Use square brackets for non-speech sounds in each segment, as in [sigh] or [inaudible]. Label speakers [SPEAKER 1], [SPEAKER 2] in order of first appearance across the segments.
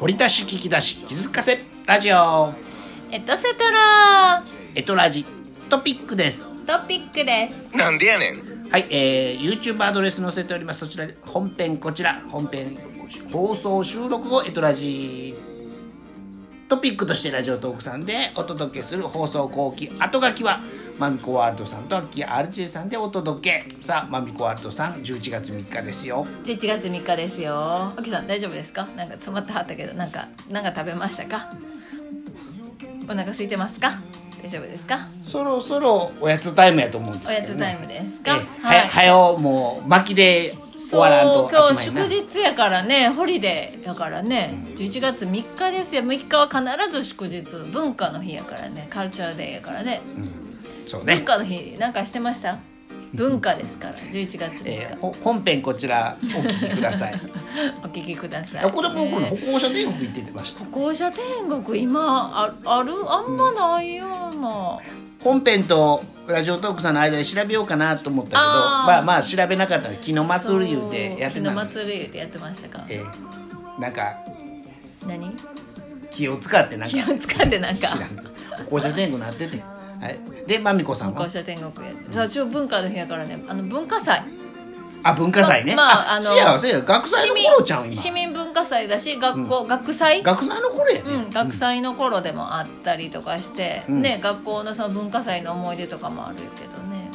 [SPEAKER 1] 掘り出し聞き出し気づかせラジオ
[SPEAKER 2] エトセトラ
[SPEAKER 1] エトラジトピックです
[SPEAKER 2] トピックです
[SPEAKER 3] なんでやねん
[SPEAKER 1] はい、えー、YouTube アドレス載せておりますそちらで本編こちら本編放送収録後エトラジトピックとしてラジオトークさんでお届けする放送後期後書きはマミコワールドさんとアッキー RJ さんでお届けさあマミコワールドさん11月3日ですよ
[SPEAKER 2] 11月3日ですよあきさん大丈夫ですかなんか詰まってはったけどなんかなんか食べましたかお腹空いてますか大丈夫ですか
[SPEAKER 1] そろそろおやつタイムやと思うんで
[SPEAKER 2] お
[SPEAKER 1] すけ
[SPEAKER 2] や
[SPEAKER 1] ど、ね、
[SPEAKER 2] つタイムです
[SPEAKER 1] ええ
[SPEAKER 2] か、
[SPEAKER 1] はやはよもう巻きで終わらんと
[SPEAKER 2] そう今
[SPEAKER 1] あ
[SPEAKER 2] 日
[SPEAKER 1] き
[SPEAKER 2] 祝
[SPEAKER 1] まへんな
[SPEAKER 2] 日やからねホリデーやからね11月3日ですよ6日は必ず祝日文化の日やからねカルチャーデーやからね
[SPEAKER 1] そう
[SPEAKER 2] 文
[SPEAKER 1] ね、
[SPEAKER 2] 化の日なんかしてま
[SPEAKER 1] [laughs]
[SPEAKER 2] した文化ですから11月3
[SPEAKER 1] えー
[SPEAKER 2] 日
[SPEAKER 1] ほ本編こちらお聞きください
[SPEAKER 2] [laughs] お聞きください
[SPEAKER 1] 子供の頃歩行者天国行ってました
[SPEAKER 2] 校舎天国今ああるあんまないような、
[SPEAKER 1] 本編とラジオトークさんの間で調べようかなと思ったけど
[SPEAKER 2] あー
[SPEAKER 1] まあまあ調べなかったんで昨日祭り言うてやってたんで
[SPEAKER 2] 昨日
[SPEAKER 1] す、
[SPEAKER 2] 祭り言うてやってましたか
[SPEAKER 1] えーなんか
[SPEAKER 2] 何
[SPEAKER 1] 気を使ってなんか
[SPEAKER 2] 気を使ってなんか
[SPEAKER 1] 知らんけど歩行者天国なってて、はい、でまみこさん
[SPEAKER 2] 校
[SPEAKER 1] は
[SPEAKER 2] 舎天国やそうちょ文化の日やからねあの文化祭
[SPEAKER 1] あ文化祭ね、
[SPEAKER 2] ままああの
[SPEAKER 1] せやわせやわ学祭の頃ちゃうん
[SPEAKER 2] 市
[SPEAKER 1] 今
[SPEAKER 2] 民文化祭だし学校、学祭
[SPEAKER 1] 学祭の頃やね、
[SPEAKER 2] うん、学祭の頃でもあったりとかして、ね学校のその文化祭の思い出とかもあるけどね、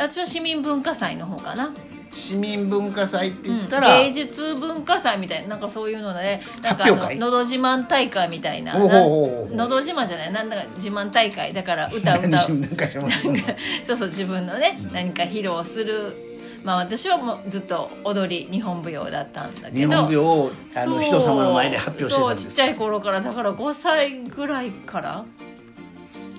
[SPEAKER 2] あっちは市民文化祭の方かな、
[SPEAKER 1] 市民文化祭って
[SPEAKER 2] うん
[SPEAKER 1] 言ったら、
[SPEAKER 2] 芸術文化祭みたいななんかそういうのでなんかあ
[SPEAKER 1] 発表
[SPEAKER 2] の
[SPEAKER 1] 会
[SPEAKER 2] のど自慢大会みたいな
[SPEAKER 1] おうおうおうおう
[SPEAKER 2] なのど自慢じゃないなんだか自慢大会だから歌
[SPEAKER 1] 何
[SPEAKER 2] 歌う
[SPEAKER 1] [laughs] なんかしますね
[SPEAKER 2] [laughs] そうそう自分のね、何か披露するまあ私はもうずっと踊り日本舞踊だったんだけ
[SPEAKER 1] 日
[SPEAKER 2] ど
[SPEAKER 1] 本舞をあ
[SPEAKER 2] そ
[SPEAKER 1] の
[SPEAKER 2] う
[SPEAKER 1] 人様の前で発表してたんで
[SPEAKER 2] そうちっ
[SPEAKER 1] す
[SPEAKER 2] ちゃい頃からだから5歳ぐらいから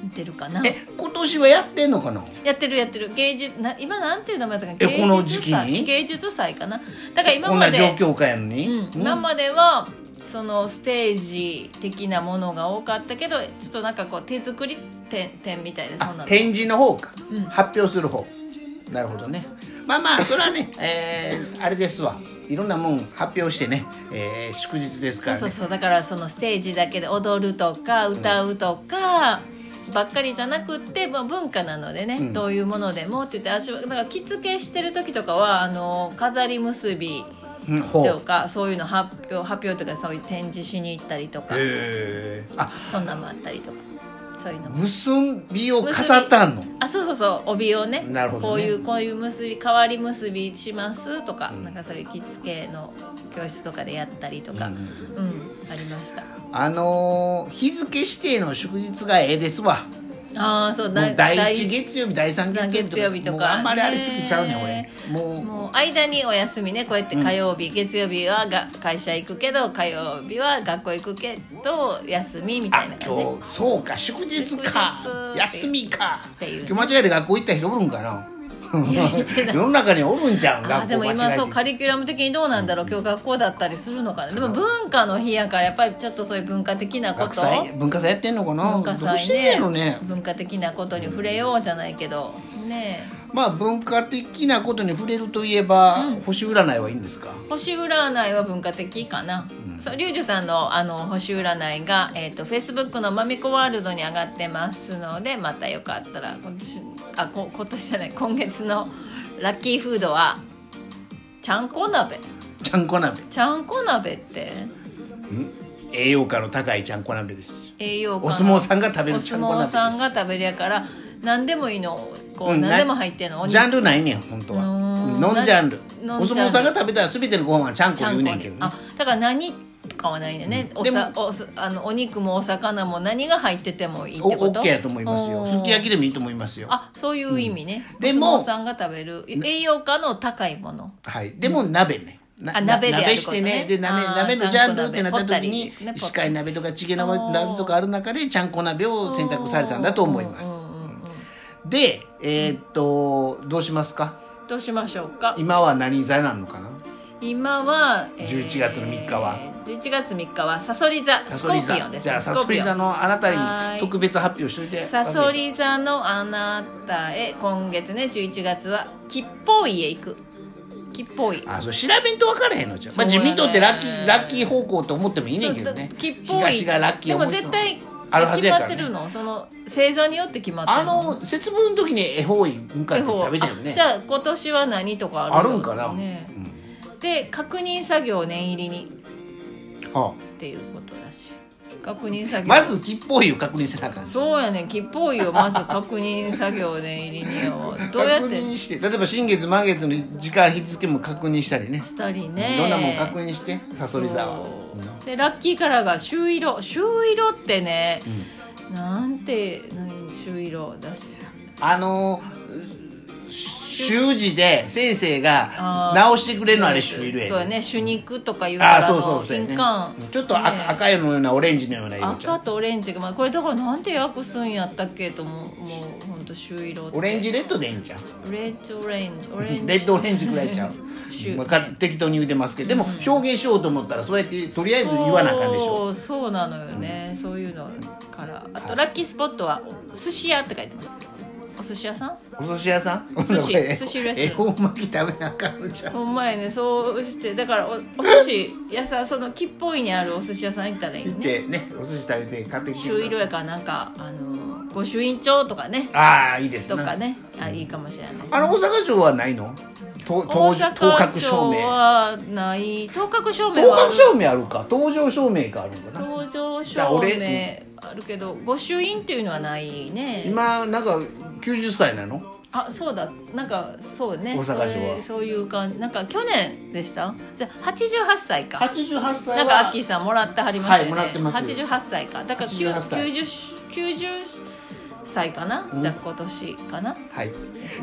[SPEAKER 2] 見てるかな
[SPEAKER 1] え今年はやってんのかな
[SPEAKER 2] やってるやってる芸術な今なんていう名前だったか
[SPEAKER 1] え
[SPEAKER 2] な芸術
[SPEAKER 1] この時期に
[SPEAKER 2] 祭芸術祭かなだから今
[SPEAKER 1] こん
[SPEAKER 2] ま
[SPEAKER 1] な状
[SPEAKER 2] で、
[SPEAKER 1] 況下やのに、
[SPEAKER 2] うん、
[SPEAKER 1] うん
[SPEAKER 2] 今まではそのステージ的なものが多かったけどちょっとなんかこう手作り展展みたいでそんな
[SPEAKER 1] あ
[SPEAKER 2] の
[SPEAKER 1] 展示の方か、
[SPEAKER 2] うん
[SPEAKER 1] 発表する方なるほどねまあまあそれはね、えーあれですわいろんなもん発表してね、えー祝日ですから
[SPEAKER 2] そうそ
[SPEAKER 1] ね
[SPEAKER 2] うそうだからそのステージだけで踊るとか歌うとか、ばっかりじゃなくって、まあ、文化なのでね、
[SPEAKER 1] うん
[SPEAKER 2] どういうものでもって言って私はだから着付けしてる時とかはあの飾り結び
[SPEAKER 1] うん
[SPEAKER 2] と
[SPEAKER 1] ほ
[SPEAKER 2] かそういうの発表発表とかそういう展示しに行ったりと
[SPEAKER 1] う
[SPEAKER 2] か、
[SPEAKER 1] へえあ
[SPEAKER 2] そんなのもあったりとかそういうのも。
[SPEAKER 1] 結びを飾ったんの
[SPEAKER 2] あそうそうそう帯をね
[SPEAKER 1] なるほ
[SPEAKER 2] こ
[SPEAKER 1] ど
[SPEAKER 2] う
[SPEAKER 1] ね
[SPEAKER 2] いうこういう結び変わり結びしますとか、
[SPEAKER 1] うん
[SPEAKER 2] なんかそういう着付けの教室とかでやったりと
[SPEAKER 1] う
[SPEAKER 2] か、うんんありました
[SPEAKER 1] あのー日付指定の祝日がええですわ
[SPEAKER 2] ああそう
[SPEAKER 1] も
[SPEAKER 2] だ
[SPEAKER 1] う第1月曜日第3月曜日と
[SPEAKER 2] 月曜日とか
[SPEAKER 1] もうあんまりありすぎちゃうね
[SPEAKER 2] ね
[SPEAKER 1] 俺もう
[SPEAKER 2] もう間にお休みねこうやって火曜日、月曜日はが会社行くけど火曜日は学校行くけど休みみた
[SPEAKER 1] あ
[SPEAKER 2] いな感じ
[SPEAKER 1] 今日そうか祝日か
[SPEAKER 2] 祝日
[SPEAKER 1] 休みか
[SPEAKER 2] っていう
[SPEAKER 1] 今日間違えて学校行った人おるんかな世の中におるんじゃん
[SPEAKER 2] あー
[SPEAKER 1] 学
[SPEAKER 2] で
[SPEAKER 1] 校
[SPEAKER 2] も
[SPEAKER 1] 間違え
[SPEAKER 2] 今
[SPEAKER 1] て
[SPEAKER 2] そうカリキュラム的にどうなんだろう今日学校だったりするのかなでも文化の日やからやっぱりちょっとそういう文化的なこ
[SPEAKER 1] 学
[SPEAKER 2] と
[SPEAKER 1] 祭文化祭やってんのかな
[SPEAKER 2] 文化
[SPEAKER 1] どうし
[SPEAKER 2] 祭
[SPEAKER 1] てんや
[SPEAKER 2] ね
[SPEAKER 1] ろね
[SPEAKER 2] 文化的なことに触れようじゃないけどねえ
[SPEAKER 1] まあ文化的なことに触れるといえば、星占いはいいんですか
[SPEAKER 2] 星占いは文化的かな、そうリュウジュさんのあの星占いが、えー、と Facebook のまみこワールドに上がってますのでまたよかったら今年あこ今年じゃない今月のラッキーフードはちゃんこ鍋
[SPEAKER 1] ちゃんこ鍋
[SPEAKER 2] ちゃんこ鍋って
[SPEAKER 1] 栄養価の高いちゃんこ鍋です
[SPEAKER 2] 栄養価
[SPEAKER 1] お
[SPEAKER 2] の
[SPEAKER 1] 相撲さんが食べる
[SPEAKER 2] お
[SPEAKER 1] ちゃん
[SPEAKER 2] 相
[SPEAKER 1] こ鍋で
[SPEAKER 2] 撲
[SPEAKER 1] す
[SPEAKER 2] さんが食べるやから何でもいいのこう、
[SPEAKER 1] うん
[SPEAKER 2] 何でも入ってんのお肉
[SPEAKER 1] ジャンルないねん本当は
[SPEAKER 2] うーん
[SPEAKER 1] ノンジャンル
[SPEAKER 2] ノン
[SPEAKER 1] お
[SPEAKER 2] ジャン
[SPEAKER 1] 相
[SPEAKER 2] ル
[SPEAKER 1] 撲さんが食べたら全てのご飯はちゃんこ
[SPEAKER 2] ちゃん
[SPEAKER 1] 言
[SPEAKER 2] こ
[SPEAKER 1] うねんけ
[SPEAKER 2] で
[SPEAKER 1] どね
[SPEAKER 2] あだから何とかはないねね、
[SPEAKER 1] うん
[SPEAKER 2] おさおすあのお肉もお魚も何が入っててもいいって
[SPEAKER 1] お
[SPEAKER 2] こ
[SPEAKER 1] オ
[SPEAKER 2] と
[SPEAKER 1] ッケーやと思いますよ
[SPEAKER 2] おー
[SPEAKER 1] すき焼きでもいいと思いますよ
[SPEAKER 2] あそういう意味ね、
[SPEAKER 1] うんでも
[SPEAKER 2] お相撲さんが食べる栄養価の高いもの
[SPEAKER 1] はい、でも鍋ね。な
[SPEAKER 2] あ鍋でや
[SPEAKER 1] 鍋
[SPEAKER 2] る
[SPEAKER 1] し
[SPEAKER 2] こと
[SPEAKER 1] て
[SPEAKER 2] ね
[SPEAKER 1] ねで鍋
[SPEAKER 2] あー
[SPEAKER 1] 鍋のジャンルってなった時に
[SPEAKER 2] ちゃんこ鍋ポッタリね
[SPEAKER 1] 石灰鍋とかチゲ
[SPEAKER 2] おー
[SPEAKER 1] 鍋とかある中でちゃんこ鍋を選択されたんだと思います
[SPEAKER 2] うんうんうん
[SPEAKER 1] でえーっとどうしますか
[SPEAKER 2] うんどうしましょうか
[SPEAKER 1] 今は何座なのかな
[SPEAKER 2] 今は、
[SPEAKER 1] 11月の三日は
[SPEAKER 2] 11月3日はサソリ座
[SPEAKER 1] サ
[SPEAKER 2] ス
[SPEAKER 1] ソ
[SPEAKER 2] コ
[SPEAKER 1] リ
[SPEAKER 2] ーピオ
[SPEAKER 1] 座
[SPEAKER 2] ンです
[SPEAKER 1] じゃあ
[SPEAKER 2] ス
[SPEAKER 1] サ
[SPEAKER 2] コ
[SPEAKER 1] ソ
[SPEAKER 2] ーピ
[SPEAKER 1] リ
[SPEAKER 2] オン
[SPEAKER 1] 座のあなた
[SPEAKER 2] は
[SPEAKER 1] に
[SPEAKER 2] い
[SPEAKER 1] 特別発表しといて
[SPEAKER 2] サソリ座のあなたへ今月ね11月は吉報家行くキーっぽい
[SPEAKER 1] あそう調べんと分からへんのじゃう、まあ、
[SPEAKER 2] そ
[SPEAKER 1] 自
[SPEAKER 2] うやね
[SPEAKER 1] 民党ってラッキーラッキー方向と思ってもいいねんけどね
[SPEAKER 2] そうだ木っぽい
[SPEAKER 1] 東がラッキー
[SPEAKER 2] でも
[SPEAKER 1] 思い
[SPEAKER 2] 絶対
[SPEAKER 1] あるはず
[SPEAKER 2] 決
[SPEAKER 1] や
[SPEAKER 2] ま
[SPEAKER 1] か
[SPEAKER 2] っ
[SPEAKER 1] ら
[SPEAKER 2] て
[SPEAKER 1] ね
[SPEAKER 2] るのその星座によって決まってる
[SPEAKER 1] あの節分の時に恵方い向かって食べてるよ
[SPEAKER 2] あ
[SPEAKER 1] ね
[SPEAKER 2] じゃあ今年は何とかあ
[SPEAKER 1] あ
[SPEAKER 2] る
[SPEAKER 1] るんかな、
[SPEAKER 2] ね
[SPEAKER 1] うん
[SPEAKER 2] で確認作業を念入りに
[SPEAKER 1] あ
[SPEAKER 2] っていうことらしい確認作業
[SPEAKER 1] まず木っぽいを確認せなあかん
[SPEAKER 2] そうやねん木っぽいをまず確認作業を念入りに
[SPEAKER 1] [laughs]
[SPEAKER 2] をどうやっ
[SPEAKER 1] 確
[SPEAKER 2] て
[SPEAKER 1] 認して例えば新月満月の時間日付も確認したりね
[SPEAKER 2] したりね
[SPEAKER 1] いろんなもん確認してさそり座をう
[SPEAKER 2] そう
[SPEAKER 1] んうん
[SPEAKER 2] でラッキーカラーが朱色朱色ってねなんて何朱色だし
[SPEAKER 1] あのー習字で先生が
[SPEAKER 2] あー
[SPEAKER 1] 直してくれるのあれ朱色や
[SPEAKER 2] そうやね朱肉とかいう
[SPEAKER 1] ああ
[SPEAKER 2] らあ
[SPEAKER 1] そうそ
[SPEAKER 2] の
[SPEAKER 1] うそうや
[SPEAKER 2] 印
[SPEAKER 1] ね
[SPEAKER 2] 鑑
[SPEAKER 1] ちょっと赤,、
[SPEAKER 2] ね
[SPEAKER 1] 赤いのようなオレンジのような色ちゃ
[SPEAKER 2] 赤
[SPEAKER 1] う
[SPEAKER 2] とオレンジが、まあ、これだからなんて訳すんやったっけと思うもうほんと朱色って
[SPEAKER 1] オレンジレッドでいいんちゃう
[SPEAKER 2] レッドオレンジオレン
[SPEAKER 1] [laughs]
[SPEAKER 2] ジ
[SPEAKER 1] レッドオレンジくらいちゃう
[SPEAKER 2] 朱
[SPEAKER 1] まあか適当に言うてますけどでも表現しようと思ったらそうやってとりあえず言わなあかんでしょ
[SPEAKER 2] そうそうなのよね、そういうのからあとラッキースポットは寿司屋って書いてますお寿司屋さん
[SPEAKER 1] お寿司屋さん
[SPEAKER 2] 寿司
[SPEAKER 1] え
[SPEAKER 2] 寿司レストラン
[SPEAKER 1] 恵方巻き食べなあかんのちゃう
[SPEAKER 2] ほんまやねそうしてだからおお寿司屋さんその木っぽいにあるお寿司屋さん行ったらいい
[SPEAKER 1] 行っ
[SPEAKER 2] ね
[SPEAKER 1] てねお寿司食べて買ってきて
[SPEAKER 2] 朱色やからなんかあの御朱印帳とかね
[SPEAKER 1] ああいいです
[SPEAKER 2] と
[SPEAKER 1] ね
[SPEAKER 2] かねあいいかもしれない
[SPEAKER 1] あの大阪城はないのと
[SPEAKER 2] 大
[SPEAKER 1] 当時
[SPEAKER 2] 阪
[SPEAKER 1] 当確証
[SPEAKER 2] 城
[SPEAKER 1] 明
[SPEAKER 2] はない当確証明
[SPEAKER 1] 当
[SPEAKER 2] はある
[SPEAKER 1] 確証明あるか登場証明があるのかな
[SPEAKER 2] 登場
[SPEAKER 1] じゃあ
[SPEAKER 2] 証明
[SPEAKER 1] 俺
[SPEAKER 2] あるけど御朱印っていうのはないね
[SPEAKER 1] 今なんか90歳なの
[SPEAKER 2] あそうだなんかそうね
[SPEAKER 1] 大阪城は
[SPEAKER 2] それそういう感じなんか去年でしたじゃあ88歳か
[SPEAKER 1] 88歳は
[SPEAKER 2] なんかアッキーさんもらってはりましたよね、
[SPEAKER 1] はいもらってます
[SPEAKER 2] 88歳かだからきゅう
[SPEAKER 1] 88歳
[SPEAKER 2] 90, 90歳かな、
[SPEAKER 1] うん
[SPEAKER 2] じゃあ今年かな
[SPEAKER 1] はい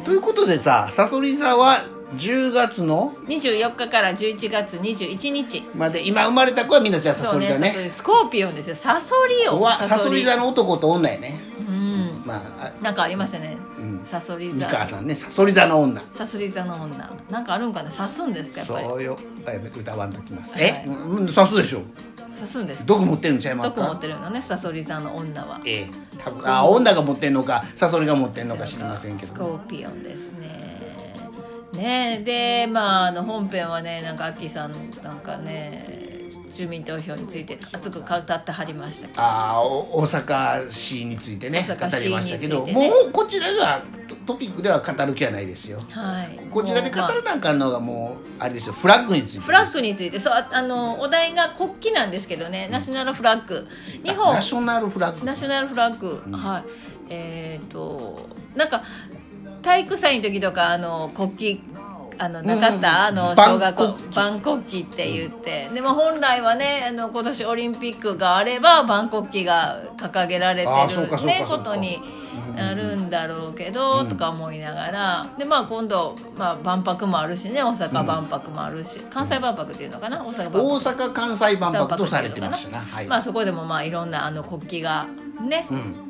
[SPEAKER 1] ということでささそり座は10月の
[SPEAKER 2] 24日から11月21日
[SPEAKER 1] まで今生まれた子はみんなじゃあさそり座
[SPEAKER 2] サ
[SPEAKER 1] ね
[SPEAKER 2] ソリスコーピオンですよサソリ
[SPEAKER 1] ここ
[SPEAKER 2] オ
[SPEAKER 1] はさそり座の男と女やね
[SPEAKER 2] うん
[SPEAKER 1] まあ
[SPEAKER 2] なんかありましたね、
[SPEAKER 1] あうん
[SPEAKER 2] サソリ
[SPEAKER 1] 三川
[SPEAKER 2] 座
[SPEAKER 1] さんねさそり座の女
[SPEAKER 2] サソリ座の女なんかあるんかな刺すんですかやっぱり
[SPEAKER 1] そうよあやめ歌わんときます
[SPEAKER 2] はい
[SPEAKER 1] えうんさすでしょ
[SPEAKER 2] 刺すんですか
[SPEAKER 1] 毒持ってるんちゃいま
[SPEAKER 2] ど
[SPEAKER 1] す
[SPEAKER 2] こ持っ
[SPEAKER 1] か
[SPEAKER 2] てるのねサソリ座の女は
[SPEAKER 1] ええ多分あ女が持ってんのかさそりが持ってんのか知りませんけ
[SPEAKER 2] ス
[SPEAKER 1] ど
[SPEAKER 2] コーピオンですねねでまああの本編はねなんかアッキーさんなんかね住民投票について熱く語ってはりましたけど
[SPEAKER 1] ああお大阪市についてね
[SPEAKER 2] 大阪市
[SPEAKER 1] 語りましたけど
[SPEAKER 2] について
[SPEAKER 1] も
[SPEAKER 2] ね
[SPEAKER 1] うこちらではトトピックでは語る気はないですよ
[SPEAKER 2] はい
[SPEAKER 1] こちらで語
[SPEAKER 2] もうま
[SPEAKER 1] るなんかあんのがもうあれですよフラッグについて
[SPEAKER 2] あフラッグについてそうああのお題が国旗なんですけどねナショナルフラッグ日本
[SPEAKER 1] ナショナルフラッグ
[SPEAKER 2] ナショナルフラッグ、
[SPEAKER 1] うん
[SPEAKER 2] はいえっ、となんか体育祭の時とかあの国旗あのなかっ
[SPEAKER 1] う
[SPEAKER 2] た、
[SPEAKER 1] んうんうん
[SPEAKER 2] あの小学
[SPEAKER 1] 万
[SPEAKER 2] 校
[SPEAKER 1] 国
[SPEAKER 2] 万国旗って言って、でも本来はねあの今年オリンピックがあれば万国旗が掲げられ
[SPEAKER 1] あーそうか
[SPEAKER 2] て
[SPEAKER 1] そうか
[SPEAKER 2] る、ね、
[SPEAKER 1] そうか
[SPEAKER 2] ことに
[SPEAKER 1] うん
[SPEAKER 2] なるんだろうけど、
[SPEAKER 1] うん
[SPEAKER 2] とか思いながらで、まあ、今度、まあ、万博もあるしね大阪万博もあるし、関西万博っていうのかな大阪万博
[SPEAKER 1] 大阪関西万博とされてましたな、はい
[SPEAKER 2] まあ、そこでもまあいろんなあの国旗がね、
[SPEAKER 1] うん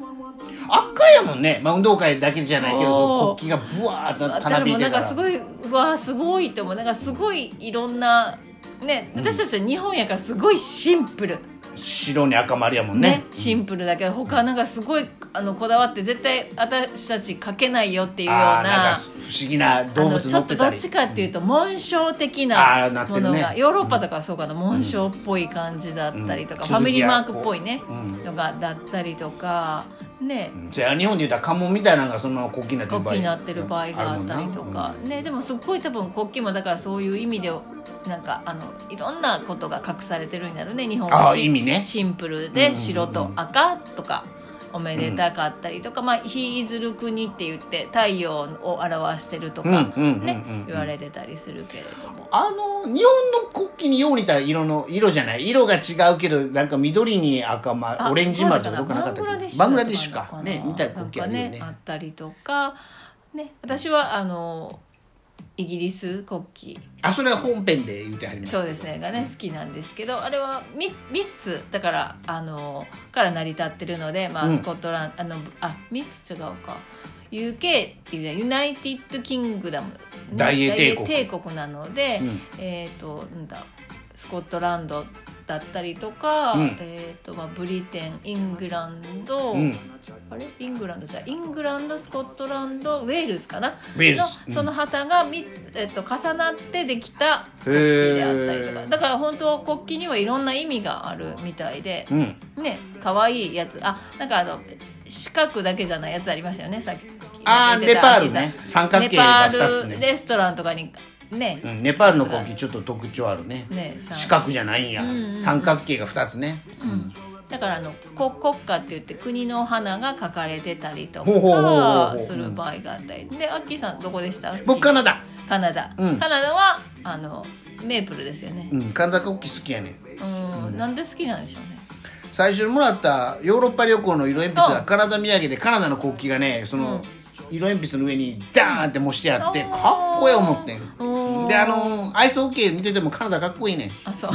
[SPEAKER 1] 赤やもんね、まあ、運動会だけじゃないけど
[SPEAKER 2] そう
[SPEAKER 1] 国旗がブワーッとた
[SPEAKER 2] だ
[SPEAKER 1] な
[SPEAKER 2] か
[SPEAKER 1] び
[SPEAKER 2] ら
[SPEAKER 1] い
[SPEAKER 2] も
[SPEAKER 1] てた
[SPEAKER 2] うなん
[SPEAKER 1] ら
[SPEAKER 2] かすごいうわーすごいと思うなんかすごいいろんなね私たちは日本やからすごいシンプル
[SPEAKER 1] 白に赤丸やもん
[SPEAKER 2] ね
[SPEAKER 1] ね
[SPEAKER 2] シンプルだけど他はなんかすごいあのこだわって絶対私たち書けないよっていうよう
[SPEAKER 1] あーなん
[SPEAKER 2] な
[SPEAKER 1] か不思議な動
[SPEAKER 2] あ
[SPEAKER 1] 物
[SPEAKER 2] のち
[SPEAKER 1] 乗
[SPEAKER 2] ょ
[SPEAKER 1] っ
[SPEAKER 2] ってとど
[SPEAKER 1] た
[SPEAKER 2] っ
[SPEAKER 1] り
[SPEAKER 2] ちかっていう
[SPEAKER 1] と
[SPEAKER 2] と紋章的
[SPEAKER 1] あ
[SPEAKER 2] な
[SPEAKER 1] ーなって
[SPEAKER 2] も
[SPEAKER 1] るね
[SPEAKER 2] のが、ヨーロッパとかはそうかな紋章っぽい感じだったりとか、
[SPEAKER 1] うん
[SPEAKER 2] ファミリーマークっぽいね
[SPEAKER 1] う、ん
[SPEAKER 2] とかだったりとかね、
[SPEAKER 1] じゃあ日本で言うたら家紋みたいなのがそのまま国旗になって
[SPEAKER 2] 国
[SPEAKER 1] る場合
[SPEAKER 2] 旗になってる場合があったりと
[SPEAKER 1] るもん
[SPEAKER 2] か
[SPEAKER 1] な、
[SPEAKER 2] ねでもすっごい多分国旗もだからそういう意味でなんかあのいろんなことが隠されてるんだろうね日本は
[SPEAKER 1] あー
[SPEAKER 2] シン
[SPEAKER 1] 意味ね
[SPEAKER 2] シンプル
[SPEAKER 1] うんうんう
[SPEAKER 2] で
[SPEAKER 1] ん
[SPEAKER 2] 白と赤とか。おめでたかったりとか、まあ日いずる国って言って太陽を表してるとか
[SPEAKER 1] うんうんうんうん
[SPEAKER 2] ね言われてたりするけれども
[SPEAKER 1] あの日本の国旗によう似た色の色じゃない色が違うけどなんか緑に赤ま
[SPEAKER 2] あ
[SPEAKER 1] オレンジまでどっかなかっ
[SPEAKER 2] バン
[SPEAKER 1] た
[SPEAKER 2] グ
[SPEAKER 1] っ
[SPEAKER 2] ラデ
[SPEAKER 1] け
[SPEAKER 2] シュ
[SPEAKER 1] バングラデシュ
[SPEAKER 2] と
[SPEAKER 1] か
[SPEAKER 2] な
[SPEAKER 1] ね似た国旗あるよ
[SPEAKER 2] なん
[SPEAKER 1] ね
[SPEAKER 2] かあったりとかね私はあのイギリス国旗
[SPEAKER 1] あそれは本編で言うてはりますけ
[SPEAKER 2] そ
[SPEAKER 1] ど
[SPEAKER 2] うですねがね好きなんですけどあれは 3, つだからあのから成り立ってるので、ま
[SPEAKER 1] う
[SPEAKER 2] あ、
[SPEAKER 1] ん
[SPEAKER 2] スコットランド、あのあ3つ違うか UK っていうのはユナイティッド・キングダム、
[SPEAKER 1] 大英帝国
[SPEAKER 2] 大英帝国なので、
[SPEAKER 1] うん
[SPEAKER 2] えっ、となんだスコットランドだったりとか、
[SPEAKER 1] うん
[SPEAKER 2] えーとまあ、ブリテンイングランド、
[SPEAKER 1] うん
[SPEAKER 2] あれイングランドじゃイングランドスコットランドウェールズかな
[SPEAKER 1] ウェールズうん
[SPEAKER 2] のその旗がみ、えっと重なってできた国旗であったりと
[SPEAKER 1] へ
[SPEAKER 2] か
[SPEAKER 1] ー
[SPEAKER 2] だから本当国旗にはいろんな意味があるみたいで、
[SPEAKER 1] うん
[SPEAKER 2] ね可愛いやつあなんかあの四角だけじゃないやつありましたよねさっき
[SPEAKER 1] あー
[SPEAKER 2] 言って
[SPEAKER 1] ネ
[SPEAKER 2] た
[SPEAKER 1] パールね三角
[SPEAKER 2] ネ
[SPEAKER 1] 形
[SPEAKER 2] パ
[SPEAKER 1] が2つ
[SPEAKER 2] ール
[SPEAKER 1] ね
[SPEAKER 2] レストランとかにね
[SPEAKER 1] うん、ネパールの国旗ちょっと特徴あるね
[SPEAKER 2] ねさ
[SPEAKER 1] 四角じゃないんや、
[SPEAKER 2] うんうんうん
[SPEAKER 1] 三角形が2つね、
[SPEAKER 2] うんだからあのこ国家って言って国の花が描かれてたりと
[SPEAKER 1] ほうほうほうほ
[SPEAKER 2] か
[SPEAKER 1] う
[SPEAKER 2] する場合があったりでアッキーさんどこでした
[SPEAKER 1] 僕カナダ、
[SPEAKER 2] カナダ、
[SPEAKER 1] うん
[SPEAKER 2] カナダはあのメープルですよね
[SPEAKER 1] うん、カナダ国旗好きやねん
[SPEAKER 2] うん、なんで好きなんでしょうね
[SPEAKER 1] 最初にもらったヨーロッパ旅行の色鉛筆
[SPEAKER 2] う
[SPEAKER 1] が
[SPEAKER 2] ん
[SPEAKER 1] カナダ土産でカナダの国旗がねその、色鉛筆の上にダーンって模してあって
[SPEAKER 2] うん
[SPEAKER 1] かっこええ思って
[SPEAKER 2] うん
[SPEAKER 1] んであのアイスホッケー見ててもカナダかっこいいねん
[SPEAKER 2] あそう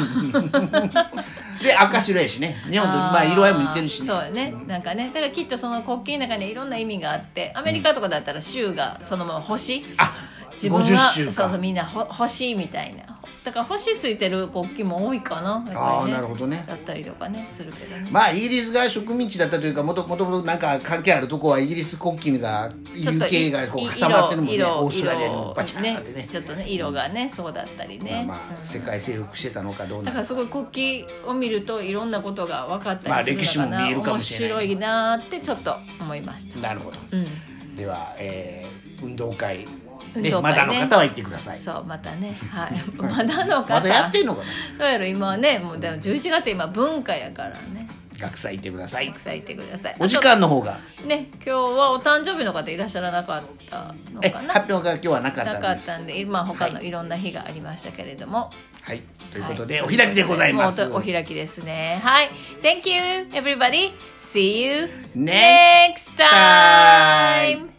[SPEAKER 1] で赤白やしね日本とまあ色合いも似てるしね
[SPEAKER 2] [laughs] そうよね、なんかねだからきっとその国旗の中にいろんな意味があってアメリカとかだったら州がそのまま星
[SPEAKER 1] あ
[SPEAKER 2] 自分
[SPEAKER 1] 50
[SPEAKER 2] は
[SPEAKER 1] 州
[SPEAKER 2] そう
[SPEAKER 1] か
[SPEAKER 2] そうみんなほ星みたいなだから星ついてる国旗も多いかなやっぱり、ね、
[SPEAKER 1] あーなるほどね
[SPEAKER 2] だったりとかねするけどね
[SPEAKER 1] まあイギリスが植民地だったというかもともともとなんか関係あるとこはイギリス国旗が UK がこ
[SPEAKER 2] いう
[SPEAKER 1] 挟まってるもんね
[SPEAKER 2] 色
[SPEAKER 1] オーストラリアにもバチャーってね
[SPEAKER 2] ねちょっとね色がねそうだったりね、
[SPEAKER 1] まあま
[SPEAKER 2] う
[SPEAKER 1] あ
[SPEAKER 2] ん
[SPEAKER 1] 世界征服してたのかどうな
[SPEAKER 2] だから
[SPEAKER 1] のか
[SPEAKER 2] すごい国旗を見るといろんなことが分かったりするのかな、
[SPEAKER 1] まあ歴史も見えるかもしれない
[SPEAKER 2] 面白いなーってちょっと思いました、
[SPEAKER 1] なるほど
[SPEAKER 2] うん、
[SPEAKER 1] では、えー運動会
[SPEAKER 2] 運動会
[SPEAKER 1] で
[SPEAKER 2] ね
[SPEAKER 1] まだの方は行ってください
[SPEAKER 2] そうまたねはい [laughs] まだの方
[SPEAKER 1] まだやってんのかな
[SPEAKER 2] どうやら今はねもうでも11月今文化やからね
[SPEAKER 1] 学祭行ってください
[SPEAKER 2] くさいてください
[SPEAKER 1] お時間の方が
[SPEAKER 2] あとね今日はお誕生日の方いらっしゃらなかったの
[SPEAKER 1] え
[SPEAKER 2] かな
[SPEAKER 1] 発表が今日はなかった
[SPEAKER 2] なんか
[SPEAKER 1] で
[SPEAKER 2] っ
[SPEAKER 1] す
[SPEAKER 2] たんで、まあ、他のいろんな日がありましたけれども。
[SPEAKER 1] はいということで、お開きでございます
[SPEAKER 2] もうお開きですね。はい。Thank you, everybody. See you
[SPEAKER 1] Next
[SPEAKER 2] next time.